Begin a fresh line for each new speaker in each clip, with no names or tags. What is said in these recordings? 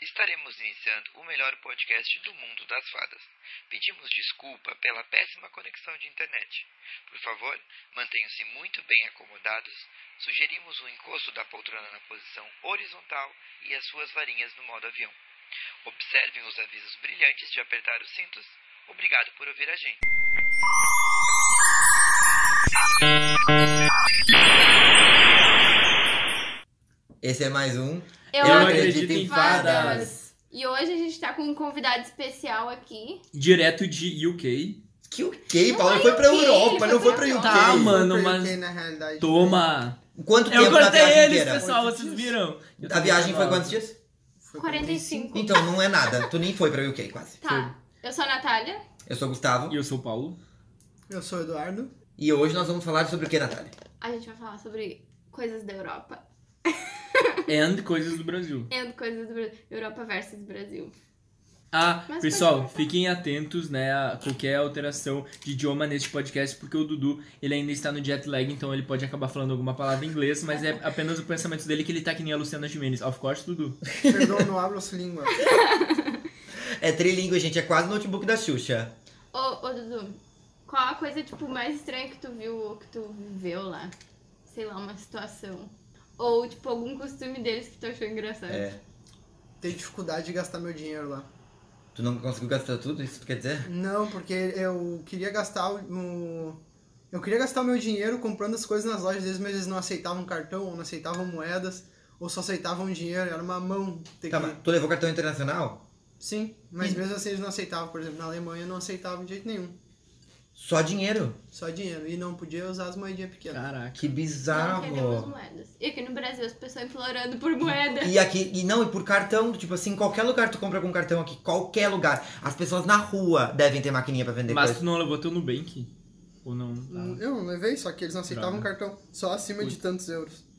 estaremos iniciando o melhor podcast do mundo das fadas. Pedimos desculpa pela péssima conexão de internet. Por favor, mantenham-se muito bem acomodados. Sugerimos o encosto da poltrona na posição horizontal e as suas varinhas no modo avião. Observem os avisos brilhantes de apertar os cintos. Obrigado por ouvir a gente.
Esse é mais um.
Eu,
Eu
acredito,
acredito
em
em
fadas.
fadas.
E hoje a gente tá com um convidado especial aqui.
Direto de UK.
Que o quê?
Não
Paulo
foi
foi pra
UK, ele
Europa,
foi
não foi pra
pra
UK.
Europa.
Tá,
Foi
mano,
pra
mas-
UK, na realidade.
né?
Toma!
Quanto tempo
Eu
na viagem
cortei eles,
inteira?
pessoal, vocês viram? Eu
A
tava
viagem foi
falando.
quantos dias?
45.
Então, não é nada. Tu nem foi pra UK, quase.
Tá. Eu sou a Natália.
Eu sou o Gustavo.
E eu sou o Paulo.
Eu sou o Eduardo.
E hoje nós vamos falar sobre o que, Natália?
A gente vai falar sobre coisas da Europa.
And coisas do Brasil.
And coisas do Brasil. Europa versus Brasil.
Ah,
Mas
pessoal,
pode contar.
fiquem atentos, né, a qualquer alteração de idioma neste podcast, porque o Dudu, ele ainda está no jet lag, então ele pode acabar falando alguma palavra em inglês, mas é apenas o pensamento dele que ele tá que nem a Luciana Jimenez. Of course, Dudu.
Perdão, não abro sua língua.
É trilingue, gente. É quase o notebook da Xuxa.
Ô, ô Dudu, qual a coisa, tipo, mais estranha que tu viu ou que tu viveu lá? Sei lá, uma situação. Ou, tipo, algum costume deles que tu achou engraçado.
É.
Tenho dificuldade de gastar meu dinheiro lá.
Tu não conseguiu gastar tudo? Isso tu quer dizer?
Não, porque eu queria gastar o. o- Eu queria gastar o meu dinheiro comprando as coisas nas lojas deles, mas eles não aceitavam cartão, ou não aceitavam moedas, ou só aceitavam dinheiro, era uma mão. Ter
Tá,
que-
mas tu levou cartão internacional?
Sim, mas mesmo assim eles não aceitavam, por exemplo, na Alemanha não aceitavam de jeito nenhum,
Só dinheiro?
só dinheiro, e não podia usar as moedinhas pequenas.
Caraca.
Que
Não queremos
bizarro.
moedas. E aqui no Brasil as pessoas implorando por moeda.
E aqui, e não, e por cartão, tipo assim, qualquer lugar tu compra com cartão aqui, qualquer lugar. As pessoas na rua devem ter maquininha pra vender
Mas
coisa.
tu não levou teu Nubank? Ou não?
Hum,
Ah.
Eu não levei, só que eles não aceitavam cartão, só acima de tantos euros.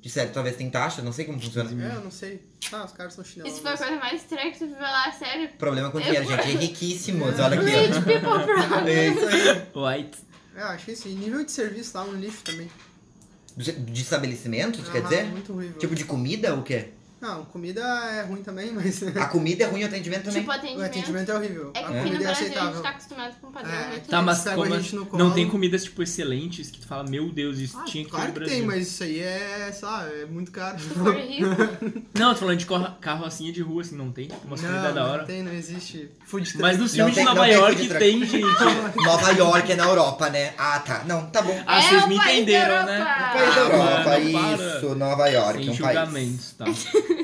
De certo, talvez tem taxa, não sei como funciona.
Hum.
É, eu não sei. Ah, os caras são chinelos.
Isso foi a coisa mais estranha que tu viu lá, sério.
Problema com dinheiro, gente. É riquíssimos, olha
Rich
aqui.
people
ó. É
problem.
isso aí.
White.
É, achei sim. Nível de serviço lá, um lixo também.
De, de estabelecimento, tu quer
Ah,
dizer?
Muito horrível.
Tipo de comida, o quê?
Não, comida é ruim também, mas
A comida é ruim, o atendimento também.
Tipo,
o
atendimento.
atendimento é horrível.
É que
a
aqui no
comida é
Brasil a
aceitável.
gente tá acostumado com um padrão
É,
muito...
Tá, mas
Estraga a
como
gente no
não tem
colo.
comidas, tipo, excelentes que tu fala, meu Deus, isso
Ah,
tinha que ter
claro
no
que
Brasil.
tem, mas isso aí é, sei lá, é muito caro.
Se for rico,
Não, eu tô falando de corra- carrocinha de rua, assim, não tem? Tipo, umas comidas
não,
da hora.
não tem, não existe. Food truck.
Mas nos
Não
filmes de
tem-
Nova
não tem
York
food
tem,
truck.
gente.
Nova York é na Europa, né? Ah, tá. Não, tá bom.
Ah,
É
vocês
o
me
país da
entenderam, né?
Europa.
Um país da
Ah,
Europa,
mano,
isso,
para.
Nova York,
Sem
um país. é
julgamentos, tá?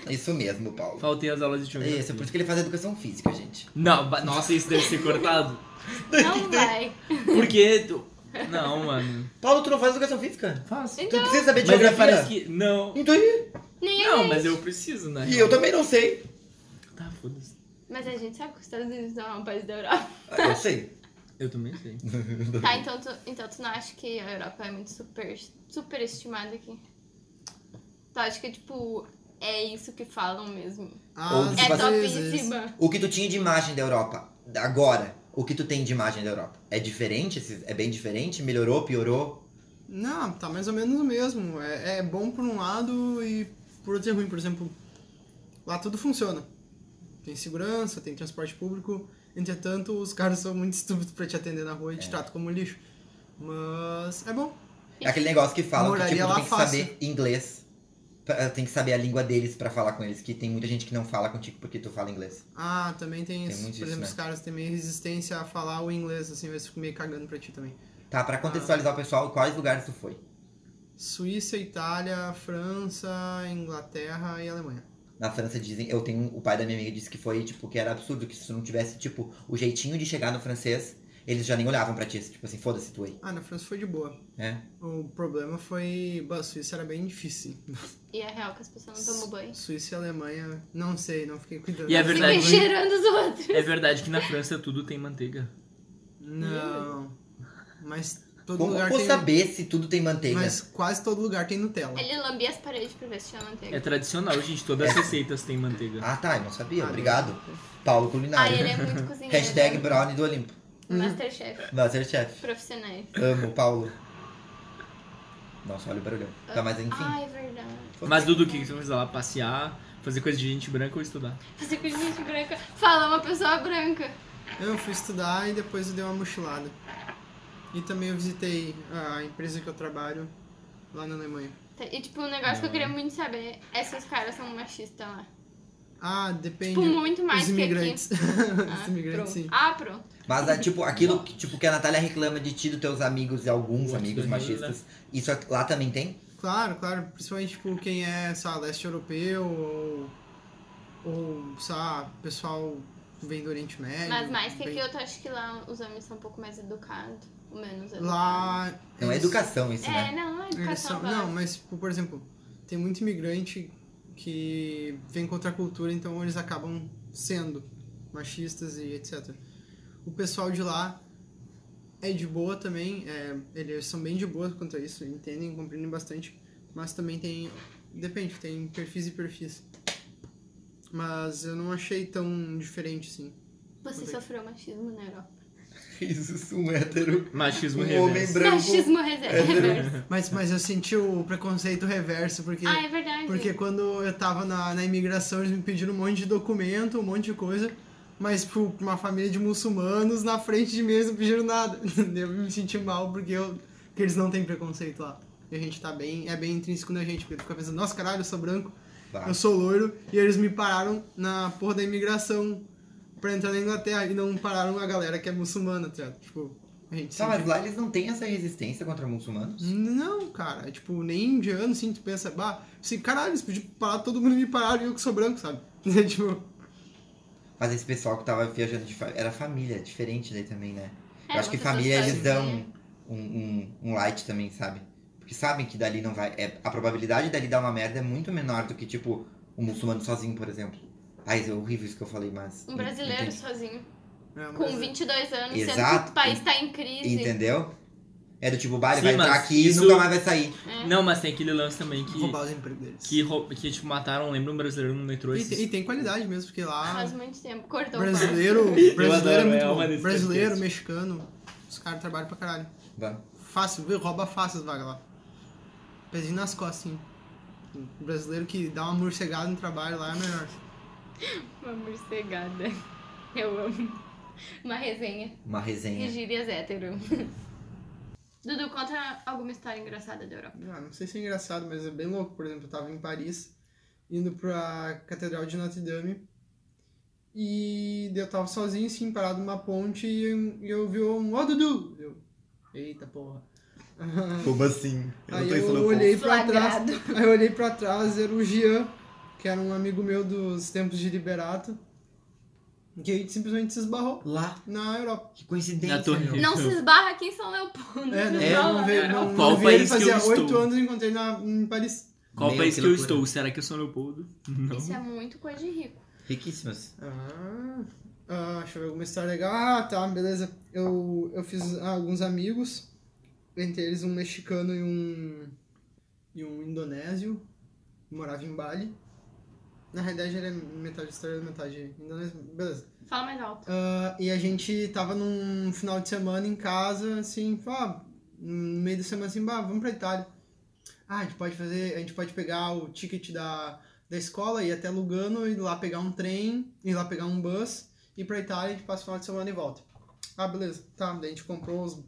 Isso mesmo, Paulo.
Faltei as aulas de geografia.
Isso, por isso que ele faz educação física, gente.
Não, ba- nossa, isso deve ser cortado.
não vai.
Porque... tu- Não, mano.
Paulo, tu não faz educação física?
Faço.
Tu
Então,
precisa saber de
Mas é,
geografia.
parece que... Não.
Então, e-
Nem
Não,
a
mas
gente.
eu preciso, né?
e eu também não sei.
Tá, foda-se.
Mas a gente sabe que os Estados Unidos não é um país da Europa.
Ah, Eu sei.
Eu também sei.
Tá, então tu, então tu não acha que a Europa é muito super, super estimada aqui? Tu acha que, tipo, é isso que falam mesmo?
Ou
Ah, Às
tipo
É
vezes.
topíssima.
O que tu tinha de imagem da Europa agora, o que tu tem de imagem da Europa? É diferente? Esses- É bem diferente? Melhorou, piorou?
Não, tá mais ou menos o mesmo. É, é bom por um lado e por outro é ruim. Por exemplo, lá tudo funciona. Tem segurança, tem transporte público. Entretanto, os caras são muito estúpidos pra te atender na rua e te tratam como lixo. Mas é bom.
É aquele negócio que falam que
Moraria
tipo, tu
lá
tem que
fácil.
saber inglês. pra- eh, Tem que saber a língua deles pra falar com eles, que tem muita gente que não fala contigo porque tu fala inglês.
Ah, também tem, isso.
muito
Por
isso,
exemplo,
né?
os caras têm meio resistência a falar o inglês, assim, eles ficam meio cagando pra ti também.
Tá,
Ah.
pra contextualizar o pessoal, quais lugares tu foi?
Suíça, Itália, França, Inglaterra e Alemanha.
Na França dizem, eu tenho, o pai da minha amiga disse que foi, tipo, que era absurdo, que se tu não tivesse, tipo, o jeitinho de chegar no francês, eles já nem olhavam pra ti, tipo assim, foda-se tu aí,
Ah, na França foi de boa.
né?
O problema foi. Bah, a Suíça era bem difícil.
E é real que as pessoas não tomam banho?
Suíça e Alemanha, não sei, não fiquei cuidando.
E é verdade.
Fiquem cheirando os outros.
É verdade que na França tudo tem manteiga.
Não. Mas todo
Como né? eu
lugar
vou
tem.
saber se tudo tem manteiga?
Mas quase todo lugar tem Nutella.
Ele lambia as paredes pra ver se tinha manteiga.
É tradicional, gente. Todas as
É.
receitas têm manteiga.
Ah, tá, eu não sabia,
Ah,
obrigado. Paulo
Ah, ele
Culinário.
é muito cozinheiro.
Hashtag
né?
Brownie do Olimpo.
Masterchef.
Masterchef.
Profissionais.
Amo, Paulo. Nossa, olha o barulhão. Tá, mas enfim.
Ah, é verdade.
Mas, Dudu, o que que você vai fazer lá? Passear, fazer coisa de gente branca ou estudar?
Fazer com gente branca. Fala uma pessoa branca.
Eu fui estudar e depois eu dei uma mochilada. E também eu visitei a empresa que eu trabalho lá na Alemanha.
Tá, E tipo, um negócio que eu
né?
queria muito saber é se os caras são machistas lá.
Ah, depende.
Tipo, muito mais
Os
que aqui. Ah,
imigrantes. Os imigrantes,
pronto.
sim.
Ah, pronto.
Mas é, tipo, aquilo que, tipo, que a Natália reclama de ti, dos teus amigos e alguns
Nossa,
amigos
que
machistas, isso lá também tem?
Claro, claro. Principalmente, tipo, quem é, sei lá, leste europeu ou, ou sei lá, pessoal que vem do Oriente Médio.
Mas mais que aqui,
vem-
eu tô- acho que lá os homens são um pouco mais educados. Ou menos educados.
Lá...
Não é
eles-
educação isso,
É,
né?
não, não é
Eles
educação.
são...
lá.
Não, mas, tipo, por exemplo, tem muito imigrante que vem contra a cultura, então eles acabam sendo machistas e etc. O pessoal de lá é de boa também, é, eles são bem de boa quanto a isso, entendem, compreendem bastante, mas também tem... Depende, tem perfis e perfis. Mas eu não achei tão diferente, assim.
Você sofreu machismo na Europa.
Isso, um hétero.
Machismo
Um homem
reverso.
branco.
Machismo
é
reserva. É
É.
Mas, mas eu senti o preconceito reverso, porque...
ah, é verdade.
Porque quando eu tava na, na imigração, eles me pediram um monte de documento, um monte de coisa. Mas pro- pra uma família de muçulmanos na frente de mim, eles não pediram nada. Eu me senti mal porque, eu, porque eles não têm preconceito lá. E a gente tá bem, é bem intrínseco na gente, porque tu fica pensando, nossa caralho, eu sou branco,
Bah.
eu sou loiro, e eles me pararam na porra da imigração pra entrar na Inglaterra e não pararam a galera que é muçulmana, tá ligado? Tipo, a gente
Tá,
sente-
mas lá eles não têm essa resistência contra muçulmanos?
Hum.
não, cara, é tipo, nem indiano, assim, tu pensa, bah, assim, caralho, eles podiam parar, todo mundo me pararam e eu que sou branco, sabe? É tipo,
Mas esse pessoal que tava viajando de fa... era família, diferente daí também, né?
É,
Eu acho que
vocês
família
são
eles dão
sozinha.
um, um, um light também, sabe? Porque sabem que dali não vai. É, a probabilidade dali dar uma merda é muito menor do que, tipo, um muçulmano sozinho, por exemplo. Ai, é horrível isso que eu falei, mas.
Um brasileiro
Entende?
sozinho.
é, mas-
Com 22 anos, sendo que
Exato.
o país tá em crise.
Entendeu? É do tipo, bah, ele
Sim,
vai entrar
mas
aqui e
isso-
nunca mais vai sair.
É.
Não, mas tem aquele lance também que.
roubar os empregos deles.
Que, rou- que tipo, mataram, lembra um brasileiro no metrô?
E,
esses-
tem, e tem qualidade mesmo, porque lá,
Faz muito tempo. Cortou o papo.
brasileiro, brasileiro
adoro, é
é
uma
muito
desse
bom. Brasileiro,
podcast.
mexicano, os caras trabalham pra caralho.
Bah.
Fácil, viu? rouba fácil as vagas lá. Pezinho nas costas, assim. O brasileiro que dá uma morcegada no trabalho lá é melhor.
Uma morcegada. Eu amo. Uma resenha.
Uma
E
resenha.
gírias hétero. Dudu, conta alguma história engraçada da Europa.
Ah, não sei se é engraçado, mas é bem louco. Por exemplo, eu tava em Paris, indo pra Catedral de Notre Dame. E daí eu tava sozinho, assim, parado numa ponte e eu, e eu vi um, ó Dudu! Eu, eita porra.
Como assim?
Aí eu olhei pra trás,
Flagrado.
aí eu olhei pra trás, era o Jean, que era um amigo meu dos tempos de Liberato, que ele simplesmente se esbarrou
Lá,
na Europa.
que coincidência.
Na torre.
meu.
Não se esbarra aqui em São Leopoldo.
É, não,
É,
não, veio-
cara,
não,
qual
não vi
país
ele
que eu
fazia
estou?
oito anos e encontrei na, em Paris.
Qual
Meu,
país
que
que, eu
loucura.
estou? Será que eu sou Leopoldo? Não.
Isso é muito coisa de rico.
Riquíssimas.
Ah, ah, deixa eu ver alguma história legal. Ah, tá, beleza. Eu, eu fiz ah, alguns amigos, entre eles um mexicano e um, e um indonésio, que morava em Bali. Na realidade, ele é metade australiano, metade indonésio. Beleza.
Fala mais alto.
Ah, e a gente tava num final de semana em casa, assim, ah, no meio da semana, assim, bah, vamos pra Itália. Ah, a gente pode fazer, a gente pode pegar o ticket da, da escola, ir até Lugano, ir lá pegar um trem, ir lá pegar um bus, ir pra Itália, a gente passa o final de semana e volta. Ah, beleza, tá, daí a gente comprou os,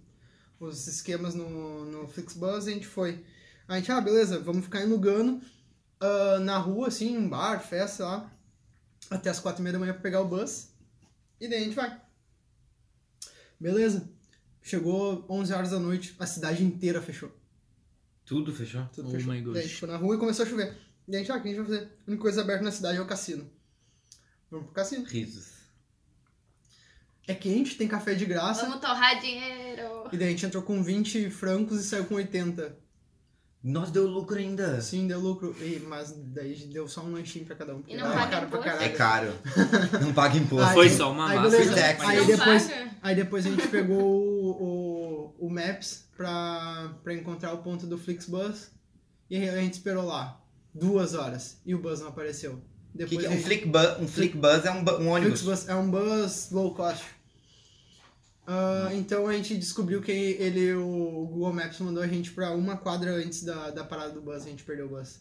os esquemas no, no Flixbus e a gente foi. A gente, ah, beleza, vamos ficar em Lugano, ah, na rua, assim, em bar, festa, sei lá, até as quatro e meia da manhã pra pegar o bus. E daí a gente vai. Beleza. Chegou 11 horas da noite, a cidade inteira fechou.
Tudo fechou?
Tudo
Oh
fechou.
my gosh.
Daí a gente foi na rua e começou a chover. Daí a gente, ah, o que a gente vai fazer? A única coisa aberta na cidade é o cassino. Vamos pro cassino.
Risos.
É quente, tem café de graça.
Vamos torrar dinheiro.
E daí a gente entrou com 20 francos e saiu com 80.
Nossa, deu lucro ainda.
Sim, deu lucro. E, mas daí deu só um lanchinho pra cada um. porque
não
paga
tava caro pra
imposto.
É
caralho.
caro. Não paga imposto.
Ai,
Foi só uma
Aí,
massa.
beleza.
né?
Aí
não
depois-
paga?
Aí depois a gente pegou o, o, o Maps pra, pra encontrar o ponto do Flixbus. E a gente esperou lá duas horas e o bus não apareceu.
Que
Depois
que é
a
um
gente- é
Flickbus um flick bus é um, bu- um ônibus.
Flixbus é um bus low cost. Ah, então a gente descobriu que ele, o Google Maps mandou a gente pra uma quadra antes da, da parada do bus, a gente perdeu o bus.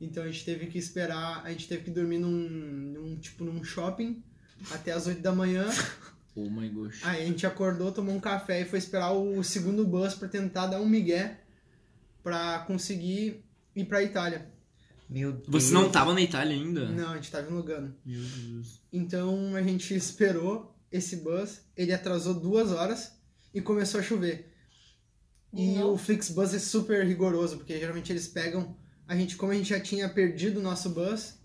Então a gente teve que esperar, a gente teve que dormir num, num tipo num shopping até as 8 da manhã.
Oh my gosh.
Aí a gente acordou, tomou um café e foi esperar o segundo bus pra tentar dar um migué pra conseguir ir pra Itália.
Meu Deus.
Você não tá. tava na Itália ainda?
Não, a gente tava em Lugano.
Meu Deus.
Então a gente esperou esse bus, ele atrasou duas horas e começou a chover. E
Não.
o Flixbus é super rigoroso, porque geralmente eles pegam. A gente, como a gente já tinha perdido o nosso bus,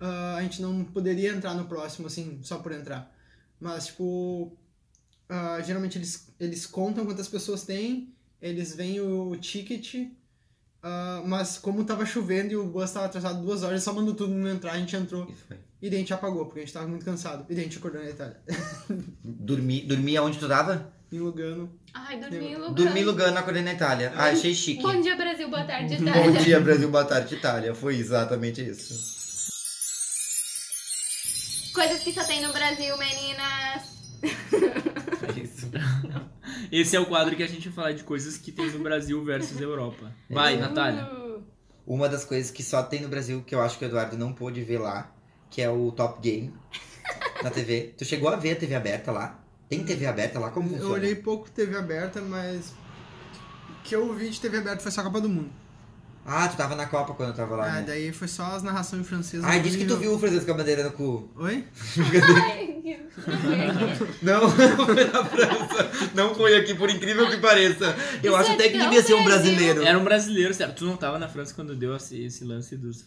ah, a gente não poderia entrar no próximo, assim, só por entrar. Mas, tipo, ah, geralmente eles, eles contam quantas pessoas tem, eles veem o ticket, ah, mas como tava chovendo e o bus tava atrasado duas horas, só mandou todo mundo entrar, a gente entrou.
Isso foi.
E daí a gente apagou, porque a gente tava muito cansado. E daí a gente acordou na Itália.
Dormi, dormi aonde tu tava?
Em Lugano.
Ai, dormi em Lugano.
Dormi em Lugano, acordei na Itália. Ah, achei chique.
Bom dia, Brasil. Boa tarde, Itália.
Bom dia, Brasil, boa tarde, Itália. Foi exatamente isso.
Coisas que só tem no Brasil, meninas.
Foi isso.
Esse é o quadro que a gente vai falar de coisas que tem no Brasil versus Europa.
É.
Vai, Natália.
Uh,
Uma das coisas que só tem no Brasil, que eu acho que o Eduardo não pôde ver lá, que é o Top Game na TV. Tu chegou a ver a TV aberta lá? Tem TV aberta lá? Como
Eu
funciona?
olhei pouco TV aberta, mas. O que eu vi de TV aberta foi só a Copa do Mundo.
Ah, tu tava na Copa quando eu tava lá,
Ah,
né?
daí foi só as narrações em francês.
Ai, diz que tu
horrível.
viu o Francisco com a bandeira no cu.
Oi?
ai, que-
Não, foi na França. Não foi aqui, por incrível que pareça. Eu
Isso
acho
é
até que
tão
devia ser um
Brasil.
brasileiro.
Era um brasileiro, certo? Tu não tava na França quando deu esse, esse lance dos.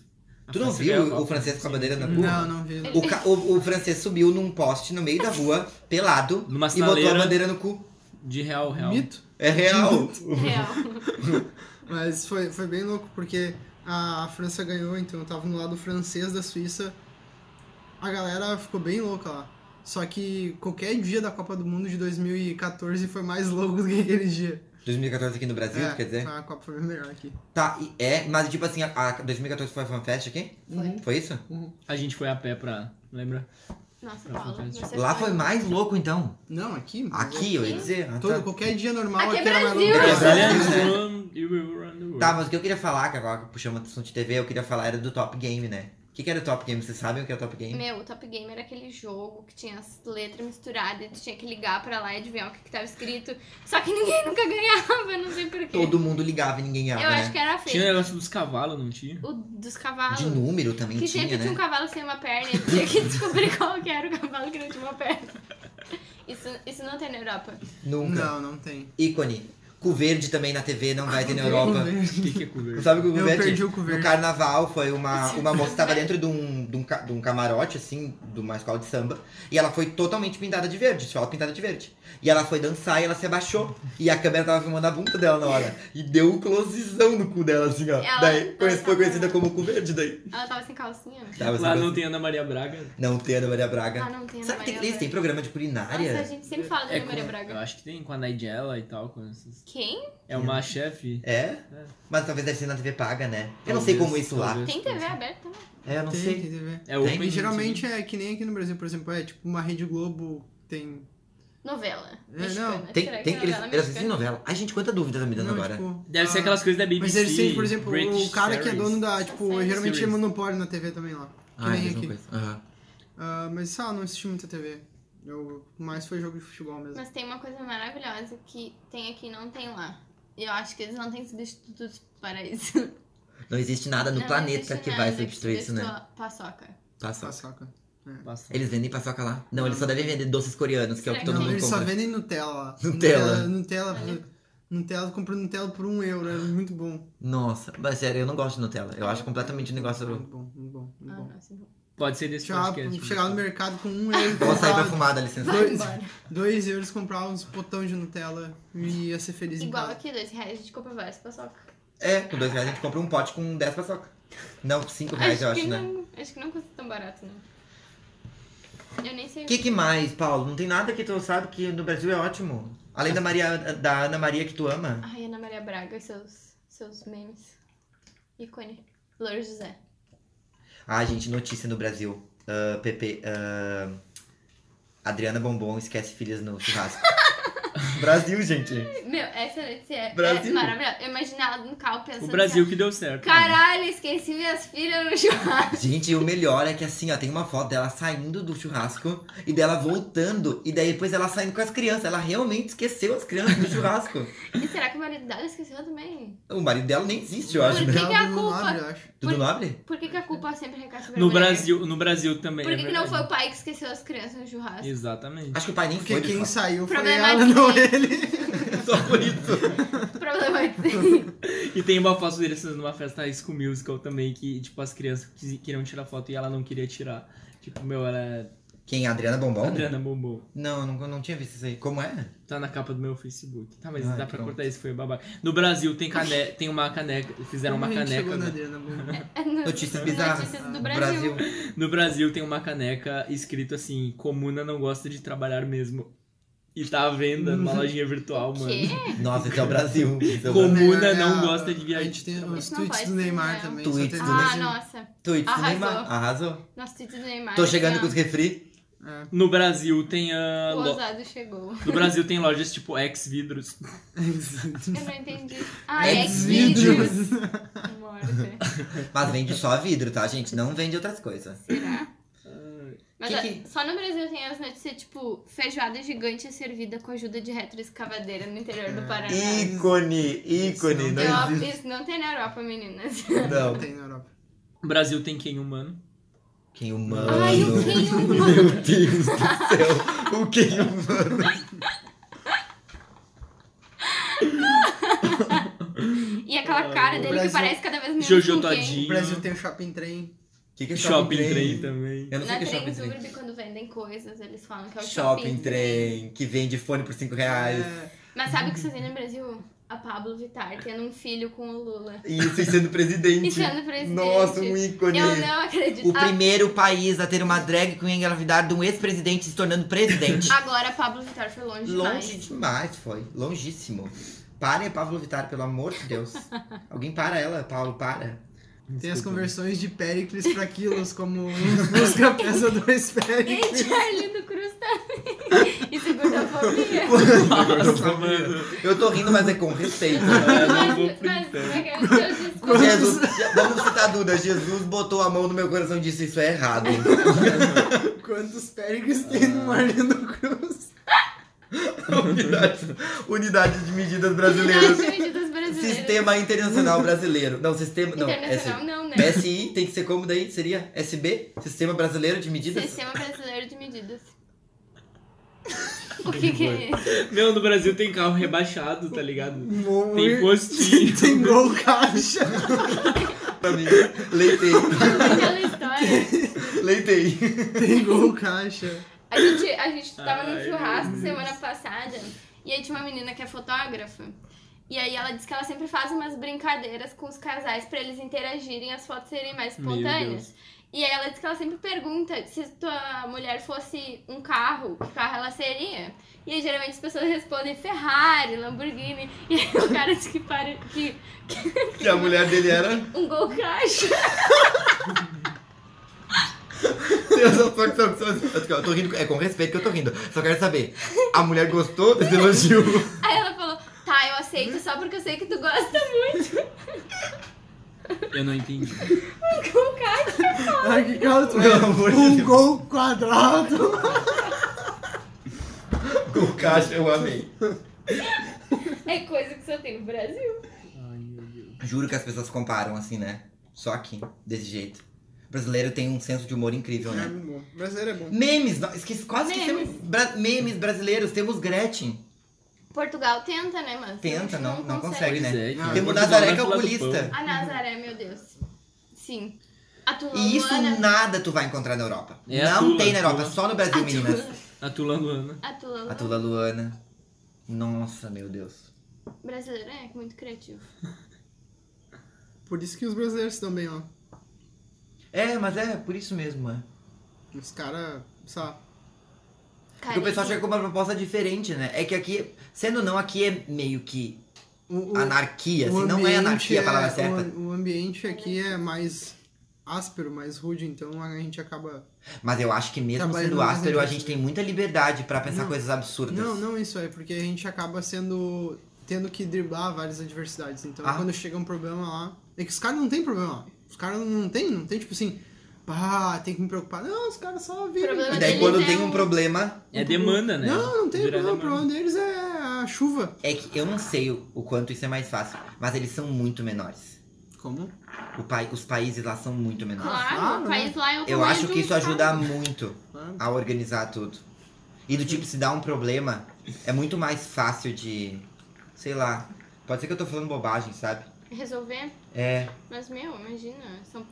a
Tu não
um França ganhou a
viu o
Copa?
Francisco com a bandeira no cu?
Não, não vi.
O, ca- o- o francês subiu num poste no meio da rua, pelado,
Numa
e botou a
sinaleira.
bandeira no cu.
De real, real.
Mito?
É real.
Real.
Mas foi, foi bem louco, porque a França ganhou, então eu tava no lado francês da Suíça. A galera ficou bem louca lá. Só que qualquer dia da Copa do Mundo de 2014 foi mais louco do que aquele dia.
2014 aqui no Brasil,
é,
quer dizer?
A Copa foi bem melhor aqui.
Tá, e é, mas tipo assim, a, a 2014 foi a fanfest aqui?
Uhum.
Foi isso?
A gente foi a pé pra. Lembra?
Nossa,
Não,
Paula.
fantástico.
você
Lá foi mais louco então.
Não, aqui. mas
Aqui, eu ia dizer. ah,
Todo,
tá.
qualquer dia normal
Aqui é
era mais
Brasil!
louco.
Brasil.
Brazilians
né?
run, you will run the world.
Tá, mas o que eu queria falar, que agora puxamos assunto de TV, eu queria falar era do Top Game, né? O que, que era o Top Game? Vocês sabem o que é o Top Game?
Meu, o Top Game era aquele jogo que tinha as letras misturadas e tu tinha que ligar pra lá e adivinhar o que, que tava escrito. Só que ninguém nunca ganhava, não sei porquê.
Todo mundo ligava e ninguém
Eu
ganhava,
acho
né?
que era
Tinha o
feio.
negócio dos cavalos, não tinha?
O dos cavalos.
De número também
Que
tinha,
sempre
né?
tinha um cavalo sem uma perna. e Tinha que descobrir qual que era o cavalo que não tinha uma perna. Isso, isso não tem na Europa.
Nunca.
Não, não tem.
Ícone. Cu verde também na TV, não vai ter na
Eu
Europa.
O
perdi.
que, que é cover?
Tu sabe o que o
Eu
Verde?
perdi o cu
No
verde.
carnaval foi uma, uma moça que tava dentro de um, de, um, ca- de um camarote, assim, de uma escola de samba. E ela foi totalmente pintada de verde, só ela pintada de verde. E ela foi dançar e ela se abaixou. E a câmera tava filmando a bunda dela na hora. E deu um closezão no cu dela, assim, ó.
Ela-
daí foi,
ela
foi conhecida
tava-
como cu verde, daí.
Ela tava sem calcinha.
Tava assim,
Lá
assim.
não tem Ana Maria Braga.
Não tem Ana Maria Braga.
Ah, não tem
Sabe
na
que tem,
Maria
eles têm
Braga.
programa de culinária?
Nossa, a gente sempre fala da
É
Ana Maria
com- Eu
Braga.
acho que tem com a Nigella e tal. Com essas...
Quem?
É uma chefe.
É? Mas talvez deve ser na TV paga, né? Eu não sei
Talvez,
como isso lá.
talvez.
Tem TV aberta também.
É, eu não
tem,
sei.
tem TV.
É
Tem,
open,
E geralmente é que nem aqui no Brasil, por exemplo, é tipo uma Rede Globo tem.
Novela.
É,
mexicana.
não.
Tem,
Será que
tem,
é
eles,
novela
eles assistem
mexicana?
novela. Ai, gente, quanta dúvida tá me dando
não,
agora.
tipo,
Deve ser
ah,
aquelas coisas da BBC.
Mas eles têm, por exemplo,
British
o cara que é
series.
dono da. Tipo,
Séries.
geralmente é
Series.
monopólio na TV também lá. Que
Ah, é a
nem
mesma
aqui.
coisa. Aham.
Ah, mas sei lá, não assisti muita TV. Eu mais foi jogo de futebol mesmo.
Mas tem uma coisa maravilhosa que tem aqui e não tem lá. Eu acho que eles não têm substitutos para isso.
Não existe nada no
Não
É planeta
existe
que
nada tipo,
vai
que
substituir isso, né?
substitua Paçoca.
Tá,
Paçoca.
saca.
Passa.
Eles vendem paçoca lá? Não, eles só devem vender doces coreanos, que é o que
Será
todo
que
Não,
mundo
eles só
compra.
vendem Nutella lá.
Nutella.
Nutella.
Olha.
Nutella, Nutella comprou Nutella por um euro, é muito bom.
Nossa, mas sério, eu não gosto de Nutella. Eu acho completamente um negócio.
Muito bom, muito bom, muito
Ah,
bom.
nossa.
Pode ser desse
Chegar,
podcast. né?
chegar no mercado com um euro.
Vou sair pra
comprar-
fumar, dá licença.
Vai embora.
Dois euros comprar uns potão de Nutella e ia ser feliz em
Igual
casa.
aqui, dois reais, a gente compra várias paçoca.
É, com dois reais a gente compra um pote com 10 paçoca. Não, cinco reais,
Acho,
eu
que
acho, né?
não, acho que não custa tão barato, né? Eu nem sei.
O que, que mais, Paulo? Não tem nada que tu sabe que no Brasil é ótimo. Além da Maria, da Ana Maria que tu ama.
é. Ai, Ana Maria Braga e seus, seus memes. Ícone. Louro José.
Ah, gente, notícia no Brasil. Ah, Pepe. ah, Adriana Bombom esquece filhas no churrasco. Brasil, gente.
Meu, essa notícia é
Brasil.
maravilhosa. Eu imaginei ela no carro pensando.
O
é
Brasil que deu certo. né?
assim, Caralho, esqueci minhas filhas no churrasco.
Gente, e o melhor é que assim, ó, tem uma foto dela saindo do churrasco e dela voltando, e daí depois ela saindo com as crianças. Ela realmente esqueceu as crianças do churrasco.
E será que o marido dela esqueceu também?
O marido dela nem existe, eu acho.
Por
né?
que que é a culpa?
Nobre, eu acho.
Dudu Nobre?
Por que, que a culpa sempre recai sobre a
No
mulher?
Brasil, no Brasil também.
Por que,
é
que não foi
verdade.
o pai que esqueceu as crianças no churrasco?
Exatamente.
Acho que o pai nem
Porque
foi. do
quem
churrasco.
saiu foi
Problemático.
ela, não ele.
Só por isso.
Problema é
E tem uma foto deles fazendo uma festa High School Musical também, que, tipo, as crianças quis- queriam tirar foto e ela não queria tirar. Tipo, meu, ela é
Quem? A Adriana Bombom?
Adriana Bombom.
Não, eu não, eu não tinha visto isso aí. Como é?
Tá na capa do meu Facebook. Tá, mas
Ai,
dá pra
pronto.
cortar isso, foi babaca. No Brasil tem, cane tem uma caneca, fizeram uma
Como a gente
caneca.
chegou na
né?
Adriana Bombom?
Notícias bizarras.
é Notícias do Brasil.
No Brasil tem uma caneca escrito assim, comuna não gosta de trabalhar mesmo. E tá à venda numa lojinha virtual, mano.
Uhum. Quê?
Nossa, esse é o Brasil. Esse é o
Como?
Brasil.
Comuna
É,
não
a-
gosta de viajar.
A gente tem os
Isso não
tweets
pode
do Neymar
ser, não.
também.
Tweets
só
do
é
tem
Ah,
assim.
desenho.
nossa.
Tweets do
Arrasou.
Neymar. Arrasou.
Nossa, tweet do Neymar.
Tô chegando
assim,
com os
ó.
refri.
É.
No Brasil tem a...
O
Ah, lo-
ousado chegou.
No Brasil tem lojas tipo Ex-Vidros.
Eu não entendi. Ah, é
Ex-Vídeos.
Xvideos. Morta.
Mas vende só vidro, tá, gente? Não vende outras coisas.
Será? Mas
Que
ó,
que-
só no Brasil tem as notícias, tipo, feijoada gigante é servida com ajuda de retroescavadeira no interior do Paraná.
Ícone, ícone. É. Não
Europa-
existe.
isso não tem na Europa, meninas.
Não.
Tem na Europa.
No Brasil tem quem humano.
Quem humano?
Ai, o que humano?
Meu Deus do céu. O quem humano?
E aquela cara
o
dele que
Brasil-
parece cada vez menos
Jojo
com quem.
Todinho.
O Brasil tem o Shopping Trem.
Que que é
Shopping então. Train também.
Eu não sei
Na
o que é shopping trem.
Trendurb, quando vendem coisas, eles falam que é o shopping,
Shopping trem, Ah. que vende fone por 5 reais.
É,
Mas sabe o que fazia no Brasil? A Pablo Vittar tendo um filho com o Lula.
Isso, é e sendo presidente.
E sendo presidente.
Nossa, um ícone.
Eu não acredito.
O primeiro país a ter uma drag queen engravidada de um ex-presidente se tornando presidente.
A- Ah, Agora a Pablo Vittar foi longe,
Longe
demais.
demais foi. Longíssimo. Parem a Pablo Vittar, pelo amor de Deus. Alguém para ela, Paulo, para.
tem as
Desculpa.
conversões de Péricles pra quilos, como música peça dois
E
Péricles.
Charlie do Cruz também. Isso é gordofobia.
Nossa, mano.
Eu tô rindo, mas é com respeito.
Eu É, não vou
Mas, mas,
printar.
eu desculpa.
Jesus, vamos citar a Duda. Jesus botou a mão no meu coração e disse: Isso é errado.
Quantos Péricles tem
Ah.
no Arlindo Cruz?
Unidade, unidade de medidas
Unidade
brasileiras.
de medidas brasileiras.
Sistema Internacional Brasileiro. Não, sistema. Não, é
Internacional não, né?
S, SI tem que ser como daí? Seria SB? Sistema Brasileiro de Medidas?
Sistema brasileiro de medidas. O que que é isso?
Meu, no Brasil tem carro rebaixado, tá ligado?
Mo-
Tem postinho.
Tem gol caixa.
Pra mim. Leitei.
Aquela história.
Leitei.
Tem gol caixa.
A gente, a gente tava num
Ai,
churrasco
meu Deus.
semana passada e aí tinha uma menina que é fotógrafa. E aí ela disse que ela sempre faz umas brincadeiras com os casais pra eles interagirem, as fotos serem mais
Meu
espontâneas. E aí ela disse que ela sempre pergunta se tua mulher fosse um carro, que carro ela seria? E aí geralmente as pessoas respondem Ferrari, Lamborghini. E aí o cara disse que, para, que
Que a mulher dele era.
um gol caixa.
Deus, eu tô, tô- tô- tô- eu tô rindo. É com respeito que eu tô rindo. Só quero saber. A mulher gostou desse elogio?
Aí ela falou, tá, eu aceito só porque eu sei que tu gosta muito.
Eu não entendi.
Com caixa.
Ai, que caldo.
Pelo amor de
Um
Deus.
gol quadrado.
Com caixa, eu amei.
É coisa que só tem no Brasil.
Ai, meu Deus.
Juro que as pessoas comparam assim, né? Só aqui, desse jeito. O brasileiro tem um senso de humor incrível,
É
né?
muito bom. Brasileiro é bom.
Memes, não, esqueci, quase esquecemos. Bra- memes brasileiros, temos Gretchen.
Portugal tenta, né, mano?
Tenta, não, não consegue,
Pois
né?
é,
Não,
que
Temos
Portugal
Nazaré
vai falar do
Calculista.
A Nazaré, meu Deus. Sim. A tua
E isso
Luana...
nada tu vai encontrar na Europa.
É a
não
Tula,
tem na
a
Europa,
Tula.
só no Brasil, meninas.
pão. A Tulanguana.
A tua
é A Tula Luana. Nossa, meu Deus.
brasileira é muito criativo.
Por isso que os brasileiros se dão bem, ó.
É, mas é por isso mesmo, é.
Os caras, sei lá.
Porque o pessoal chega
Carisma.
com uma proposta diferente, né? É que aqui, sendo ou não, aqui é meio que
O, o-
anarquia,
o
assim, não é
ambiente
anarquia a palavra
é-
certa.
O, o ambiente aqui é mais áspero, mais rude, então a gente acaba.
Mas eu acho que mesmo
Trabalhando
sendo
mais
áspero, a
dentro
gente
do-
tem muita liberdade pra pensar
é Não.
coisas absurdas.
Não, não isso é, porque a gente acaba sendo. tendo que driblar várias adversidades. Então
Ah.
quando chega um problema lá. É que os caras não tem problema lá. Os caras não tem, não tem tipo assim. Pá, tem que me preocupar. Não, os caras só vivem.
Problema
E
Mas
daí
eles
quando
é
tem
um-
um problema,
É demanda, né?
Não, não tem
Vira
problema. O
demanda.
problema deles é a chuva.
é que eu não sei o, o quanto isso é mais fácil, mas eles são muito menores.
Como?
O pai, os países lá são muito menores.
claro,
Claro, o
né?
país lá é o
Eu
tamanho
acho
de um
que isso
estado.
ajuda muito
Claro.
a organizar tudo. E do tipo, se dá um problema, é muito mais fácil de. Sei lá. Pode ser que eu tô falando bobagem, sabe?
Resolver.
É.
Mas, meu, imagina. São...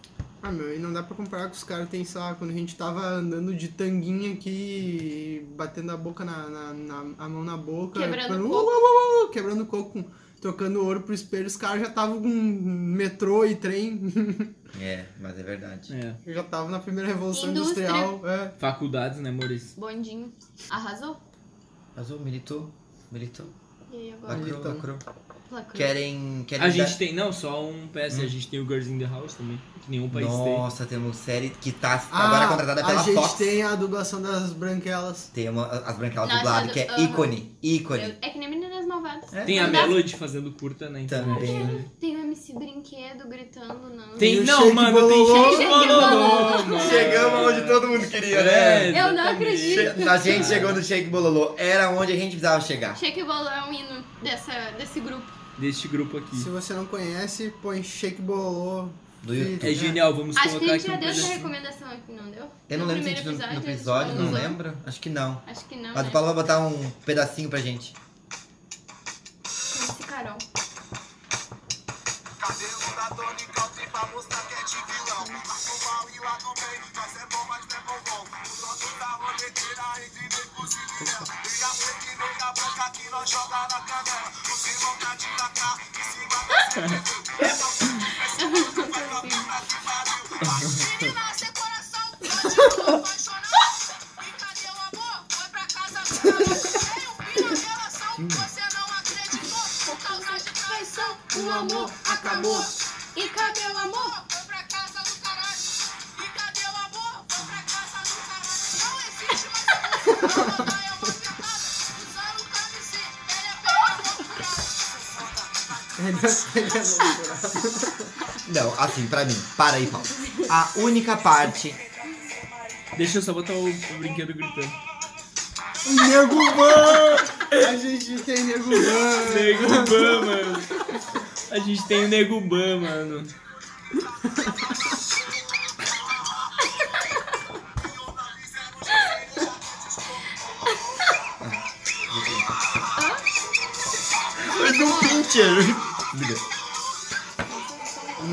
Ah, meu, e não dá pra comparar com os caras tem, sei lá, quando a gente tava andando de tanguinha aqui, batendo a boca na, na- na- a mão na boca,
Quebrando
falando, "Uh,
coco.
"Uau, uau, uau", quebrando coco, com- trocando ouro pro espelho, os caras já estavam com metrô e trem,
É, mas é verdade.
É.
já estavam na primeira revolução
Indústria.
industrial. É.
Faculdades, né, Maurício?
Bondinho. Arrasou?
Azul, militou, militou,
E aí agora?
lacrou,
Militou.
lacrou.
Lacrou.
Querem, querem
A
dar-
gente tem, não, só um PS, a gente tem o Girls in the House também, que nenhum país tem.
Nossa, temos série que tá agora contratada
Ah, a
pela
gente
Fox.
tem a dublação das branquelas.
Tem uma, as branquelas
Nossa,
dubladas,
do-
que é
aham.
ícone, ícone.
Eu- É que nem meninas malvadas.
É.
Tem a
Mandar-
Melody fazendo curta na internet.
Também.
né?
Tem o MC Brinquedo gritando, não.
Tem,
E o
não,
Shake
mano, tem
Bololô.
Shake Bololô, mano.
todo mundo queria,
É,
Eu não
exatamente.
acredito.
A gente chegou no Shake Bololô, era onde a gente precisava chegar.
Shake Bolo é um hino dessa, desse grupo.
Deste grupo aqui.
Se você não conhece, põe Shake Bolô.
Do YouTube.
É genial, vamos
Acho que
colocar
a
aqui
gente já
um
deu essa
pedacinho.
recomendação aqui, não deu?
Eu não
No
lembro se a
primeiro
gente viu no
a gente
episódio, não
falou.
lembro. Acho que não.
Acho que não.
Mas
né?
o Paulo vai botar um pedacinho pra gente.
Esse Carol.
Cabelo da Tony Calvin pra mostrar que é de vilão. Arrumar e lá no meio, nós é bom, mas não é bom bom. O tá nosso da roleteira entre negros e vilão. Tem a preta e negra branca que nós joga na canela. Os irmãos da tira cá, em cima da CTV. Essa é o que vai pra puta que pariu.
Menina, seu coração tá de novo apaixonado. E cadê o amor? Foi pra casa do Eu vi na relação, é um. você não acreditou. Por causa de traição, o amor acabou. E cadê o amor? Foi pra casa do caralho. E cadê o amor? Foi pra casa do caralho. Não existe mais amor. Não é uma pecada. Usando o KBC, ele é pecador curado.
É,
Não, assim, pra mim. Para aí, Paulo. A única parte.
Deixa eu só botar o, o brinquedo gritando.
Nego Ban! A gente tem Nego Ban!
Negubã, mano. A gente tem o Negubã, mano.
Mas um pincher.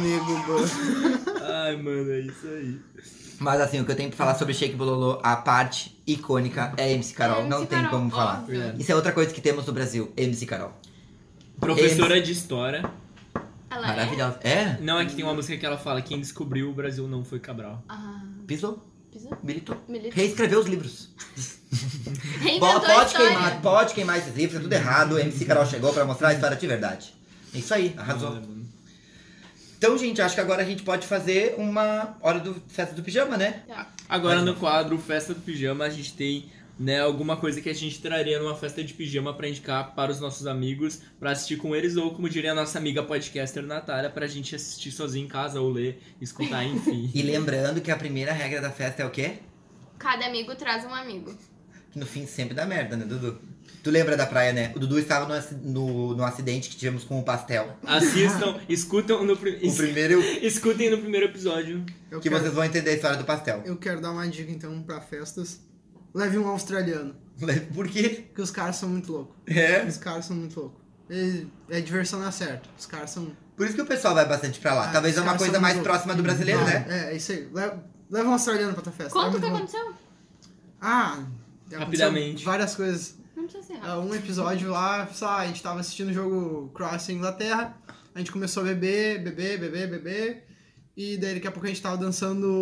Nego Ban.
Ai, mano, é isso aí.
Mas assim, o que eu tenho pra falar sobre Shake Bololô, a parte icônica é MC Carol.
É
não
MC
tem
Carol,
como falar.
óbvio.
Isso é outra coisa que temos no Brasil, MC Carol.
Professora de história.
Ela é?
Maravilhosa. É?
Não, é que tem uma música que ela fala: quem descobriu o Brasil não foi Cabral.
Ah,
Pisou,
pisou.
militou.
Militou.
Reescreveu os livros.
Reinventou
Bo-
a
pode
história.
queimar, pode queimar esses livros, é tudo errado. MC Carol chegou pra mostrar a história de verdade. É Isso aí, arrasou.
Ah, mano.
Então, gente, acho que agora a gente pode fazer uma hora do festa do pijama, né?
Tá.
Agora no quadro Festa do Pijama, a gente tem né, alguma coisa que a gente traria numa festa de pijama pra indicar para os nossos amigos, pra assistir com eles, ou como diria a nossa amiga podcaster Natália, pra gente assistir sozinho em casa ou ler, escutar, enfim.
E lembrando que a primeira regra da festa é o quê?
Cada amigo traz um amigo.
Que no fim sempre dá merda, né, Dudu? Tu lembra da praia, né? O Dudu estava no, aci- no, no acidente que tivemos com o pastel.
Assistam, escutam no pri-
O primeiro é
Escutem no primeiro episódio.
Eu
que
quero-
vocês vão entender a história do pastel.
Eu quero dar uma dica então pra festas. Leve um australiano,
Por quê?
porque os caras são muito loucos.
É.
Os caras são muito loucos. E- É diversão na certa. Os caras são.
Por isso que o pessoal vai bastante pra lá.
Ah,
Talvez
os
é uma
caras
coisa
são
mais
muito
próxima do brasileiro,
Ah,
né?
É, é isso aí. Le- Leva, um australiano pra tua festa. é
Conta o
muito
que
bom.
aconteceu.
Ah, aconteceu
Rapidamente.
Várias coisas.
Não precisa ser
Ah,
rápido.
Um episódio lá, sei lá, a gente tava assistindo o jogo Croácia e Inglaterra. A gente começou a beber, beber, beber, beber. E daí daqui a pouco a gente tava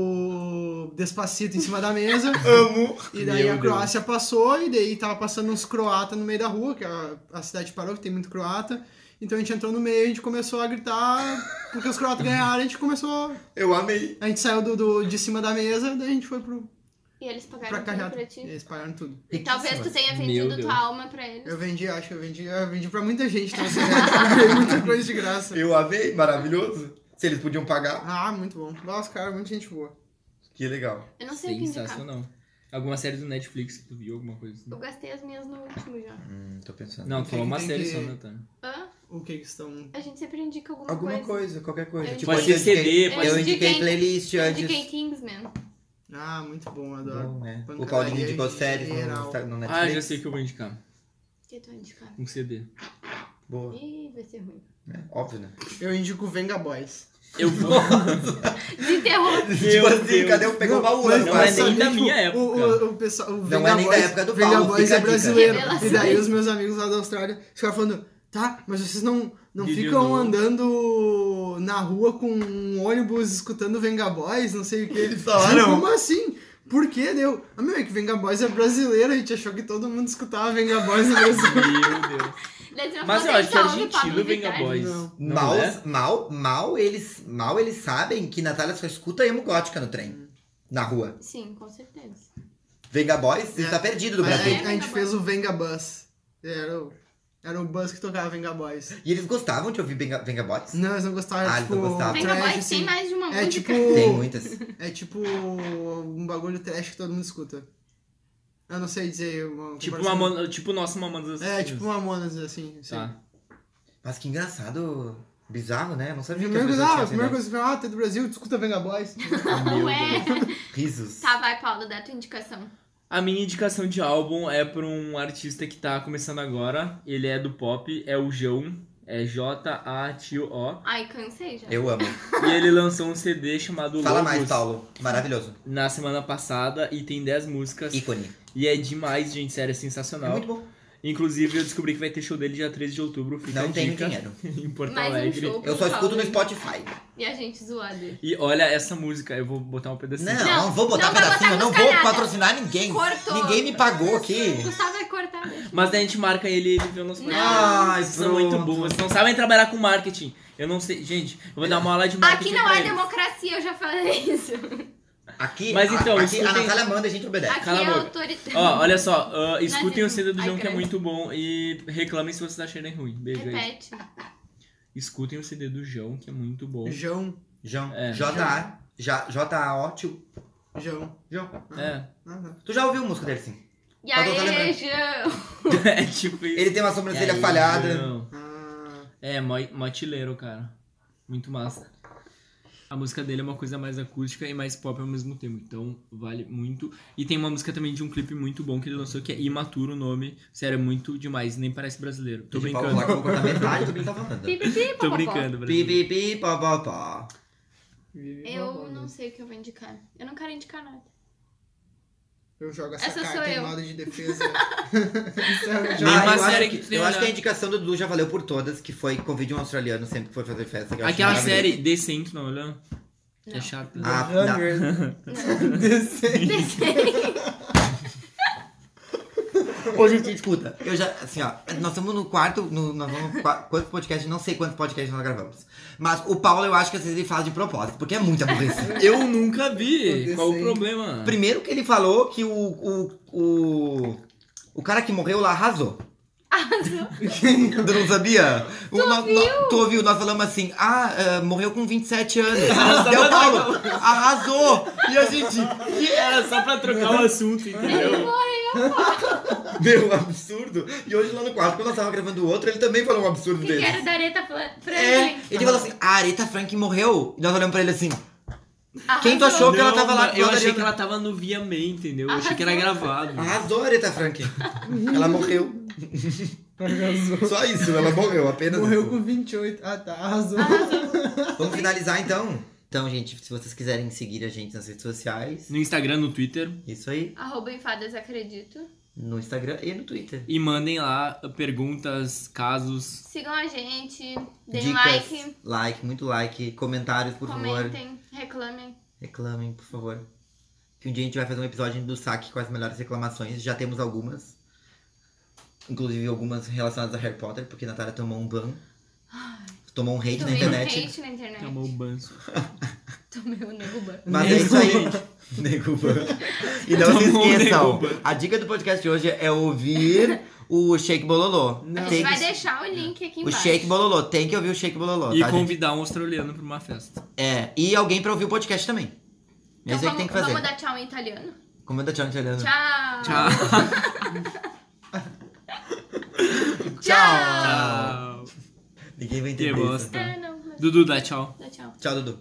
dançando despacito em cima da mesa.
Amo.
E daí
Meu
a Croácia passou, e daí tava passando uns croatas no meio da rua, que a, a cidade parou, que tem muito croata. Então a gente entrou no meio, a gente começou a gritar, porque os croatas ganharam, a gente começou.
Eu amei.
A gente saiu do, do- de cima da mesa, daí a gente foi pro,
E eles pagaram
pra
tudo
cajado.
pra ti.
Eles pagaram tudo.
E talvez tu tenha
Meu
vendido
Deus.
tua alma pra eles.
Eu vendi, acho, eu vendi, eu vendi pra muita gente, então assim, eu ganhei muita coisa de graça.
Eu amei, maravilhoso. Se eles podiam pagar,
Ah, muito bom. Nossa, cara, muita gente boa.
que legal.
Eu não sei o que indicar.
Sensacional. Alguma série do Netflix que tu viu, alguma coisa assim?
Eu gastei as minhas no último já.
Hum, tô pensando.
Não,
que
falou uma
tem
série
que-
só, né, Natália.
Hã?
O que que estão.
A gente sempre indica alguma,
Alguma coisa.
coisa.
qualquer coisa.
Eu
Tipo,
Pode
Pode
ser
eu indiquei,
CD,
pode
pode
eu
ser-
indiquei
Indiquei-
playlist
Eu
antes.
indiquei Kingsman.
Ah, muito bom, adoro.
Bom, né? O
Pancadaria
Claudinho indicou séries no,
geral.
Insta- no Netflix.
Ah, já sei o que eu vou indicar.
O que tu vai indicar?
Um CD.
Boa.
Ih, vai ser ruim.
É, óbvio, né?
Eu indico Venga Boys.
Eu vou.
Desenterrou.
tipo assim,
Deus.
cadê o pegou o baú? né?
mas-
não é
mas
Mas-
nem
sabia,
da minha época.
O, o, o pessoal, o
Não
Venga
é nem da
Boys,
época do
Venga
Paulo,
Boys
fica
é
a dica.
brasileiro. E daí
Revelações.
os meus amigos lá da Austrália ficaram falando, tá, mas vocês não, não
Vídeo
ficam
novo.
andando na rua com um ônibus escutando Venga Boys, não sei o que. Eles
falaram?
Como assim? Por que deu? Ah, meu, é que Venga Boys é brasileiro, a gente achou que todo mundo escutava Venga Boys no Brasil.
Meu Deus.
Daí tu vai
Mas
falar,
eu acho que
"Só ouve
argentino
Pablo
Venga
Vittar".
Boys.
Não.
Não
mal,
é?
mal, mal eles, mal eles sabem que Natália só escuta emo gótica no trem, na rua.
Sim, com certeza.
Venga Boys, você
É.
tá perdido do
Mas
Brasil.
aí a gente
Venga
fez o Venga Bus. Era o, era o bus que tocava Venga
é.
Boys.
E eles gostavam de ouvir Venga, Venga Boys?
Não, eles não gostaram.
Ah, eles
tipo,
não gostavam.
Venga
trash,
Boys
assim.
tem mais de uma
É
música.
tipo.
Tem muitas.
É tipo um bagulho trash que todo mundo escuta. Eu não sei dizer. Uma
Tipo
comparação.
uma mon... tipo nossa Mamonas
É,
Assassinas.
tipo Mamonas, assim. assim.
Tá.
Mas que engraçado, bizarro, né? Eu não sabia que as
Primeiro,
pessoas
ah,
tinham
a primeira
essa
coisa que fala, ah, tu é do Brasil, tu escuta Venga Boys.
Meu Deus.
Ué.
ideia. Risos.
é. Tá, vai, Paulo, dá tua indicação.
A minha indicação de álbum é pra um artista que tá começando agora. Ele é do pop, é o João. É J-A-T-O.
Ai, cansei já.
Eu amo.
E ele lançou um CD chamado
Fala
Logos
mais, Paulo. Maravilhoso.
na semana passada e tem 10 músicas. E,
Ícone.
é demais, gente, sério, é
É
sensacional.
muito bom.
Inclusive, eu descobri que vai ter show dele dia 13 de outubro. Fica a
Não tenho
dica,
dinheiro.
Em Porto
Mais um
Alegre.
show pro
Eu só escuto
Paulo,
no
hein?
Spotify.
E a gente zoado. ele.
E olha essa música, eu vou botar um pedacinho.
Não,
Não,
não vou botar
não vai
pedacinho,
botar
eu não
música
vou
nada.
patrocinar ninguém.
Cortou.
Ninguém me pagou aqui.
O Gustavo vai cortar. né?
Mas daí a gente marca ele e ele vê o nosso
Não.
podcast.
Ai,
Vocês são muito
pronto.
boas. Não sabem trabalhar com marketing. Eu não sei. Gente, eu vou dar uma aula de marketing.
Aqui não
pra
há
eles.
democracia, eu já falei isso.
Aqui,
Mas
a-
então,
aqui a
escutem-
Natália manda e a gente obedece.
Aqui
Cala a
é
boca.
autoritário.
Ó, olha só, ah, escutem o
Nazismo.
CD do
Ai,
João que é
credo.
muito bom e reclamem se vocês acharem ruim. Beijo aí.
Repete.
Escutem o CD do João que é muito bom.
João,
João,
É.
J-A, J- J-A-O, tio.
João.
João.
É,
Ah, tá.
Tu já ouviu a música dele, sim?
E
Mas eu tô
aí,
lembrando.
Jean?
é tipo isso.
Ele tem uma sobrancelha
É,
falhada.
João.
Ah,
É, mó, mó tileiro, cara. Muito massa. A música dele é uma coisa mais acústica e mais pop ao mesmo tempo, então vale muito. E tem uma música também de um clipe muito bom que ele lançou, que é Imaturo o nome. Sério, é muito demais, nem parece brasileiro. Tô
Deixa eu falar que eu
brincando.
vou cortar metade do que tava falando.
Pi, pi, pi,
Tô
popopó.
Pi,
brincando, brasileiro.
pi, pi, pó, pó, pó.
vive né?
Eu
Mamonas.
não sei o que eu vou indicar. Eu não quero indicar nada.
Eu jogo essa,
Essa
carta
sou
em
eu.
modo de defesa. Isso é um
Ah,
jogo.
Nenhuma
eu
série
acho que,
que tu
eu
ia
acho que a
olhar.
indicação do Dudu já valeu por todas, que foi convide um australiano sempre que for fazer festa. que eu acho
Aquela
maravilhoso.
série decente, não olhando? É
Não.
chata.
Ah,
Uhum.
Hunger.
Não.
Descendo.
Hoje a gente escuta. Eu já, assim, ó, nós estamos no quarto, no, nós vamos, qua- quantos podcasts, não sei quantos podcasts nós gravamos. Mas o Paulo, eu acho que às vezes ele fala de propósito, porque é muito aborrecido.
Eu nunca vi.
Aconteceu,
Qual o
hein?
problema?
Primeiro que ele falou que o, o, o, o cara que morreu lá arrasou. Arrasou? tu não sabia? Tu, viu? tu ouviu? Nós falamos assim, ah, eh, morreu com 27 anos. Deu Paulo, arrasou. E a gente, yeah.
Era só pra trocar o assunto, entendeu?
Meu, um absurdo. E hoje lá no quarto, quando nós tava gravando o outro, ele também falou um absurdo
O que
dele.
que era da Aretha Fran-
É,
Franklin?
ele falou assim, a Aretha Frank morreu. E nós olhamos pra ele assim,
Arrasou.
quem tu achou que ela tava lá?
eu achei
Ariana-
que ela tava no VMA, entendeu? Eu achei que era
Arrasou.
gravado.
Arrasou a Aretha Frank. ela morreu. Só isso, ela morreu, apenas
Morreu
isso.
com 28. Ah, tá. Arrasou.
Vamos finalizar então. Então, gente, se vocês quiserem seguir a gente nas redes sociais,
No Instagram, no Twitter.
isso aí,
Arroba em fadas, acredito.
no Instagram e no Twitter.
E mandem lá perguntas, casos.
Sigam a gente, deem
Dicas,
like,
like, muito like, comentários, por favor.
comentem, reclamem.
Reclamem, por favor. Que um dia a gente vai fazer um episódio do saque com as melhores reclamações. Já temos algumas. Inclusive algumas relacionadas a Harry Potter, porque a Natália tomou um ban. Tu tomou um hate na
Tomei
internet.
hate na internet.
Tomou o banço.
Tomei o nego ban.
Mas é isso aí. Neguba. E não se
Tomou um
esqueçam,
Neguba.
a dica do podcast de hoje é ouvir o Shake Bololô.
A gente
Tem
vai
que-
deixar o link
O
aqui embaixo.
Shake Bololô, tem que ouvir o Shake Bololô,
E
tá, gente?
convidar um australiano pra uma festa.
É, e alguém pra ouvir o podcast também. É isso
Então
aí que
vamos,
tem que fazer.
vamos dar tchau em italiano?
Comenta tchau, italiano.
Tchau!
Tchau.
Tchau.
Ninguém vai
Que
entender isso.
bosta.
Ah, não, mas...
Dudu, dá tchau.
Dá tchau.
Tchau, Dudu.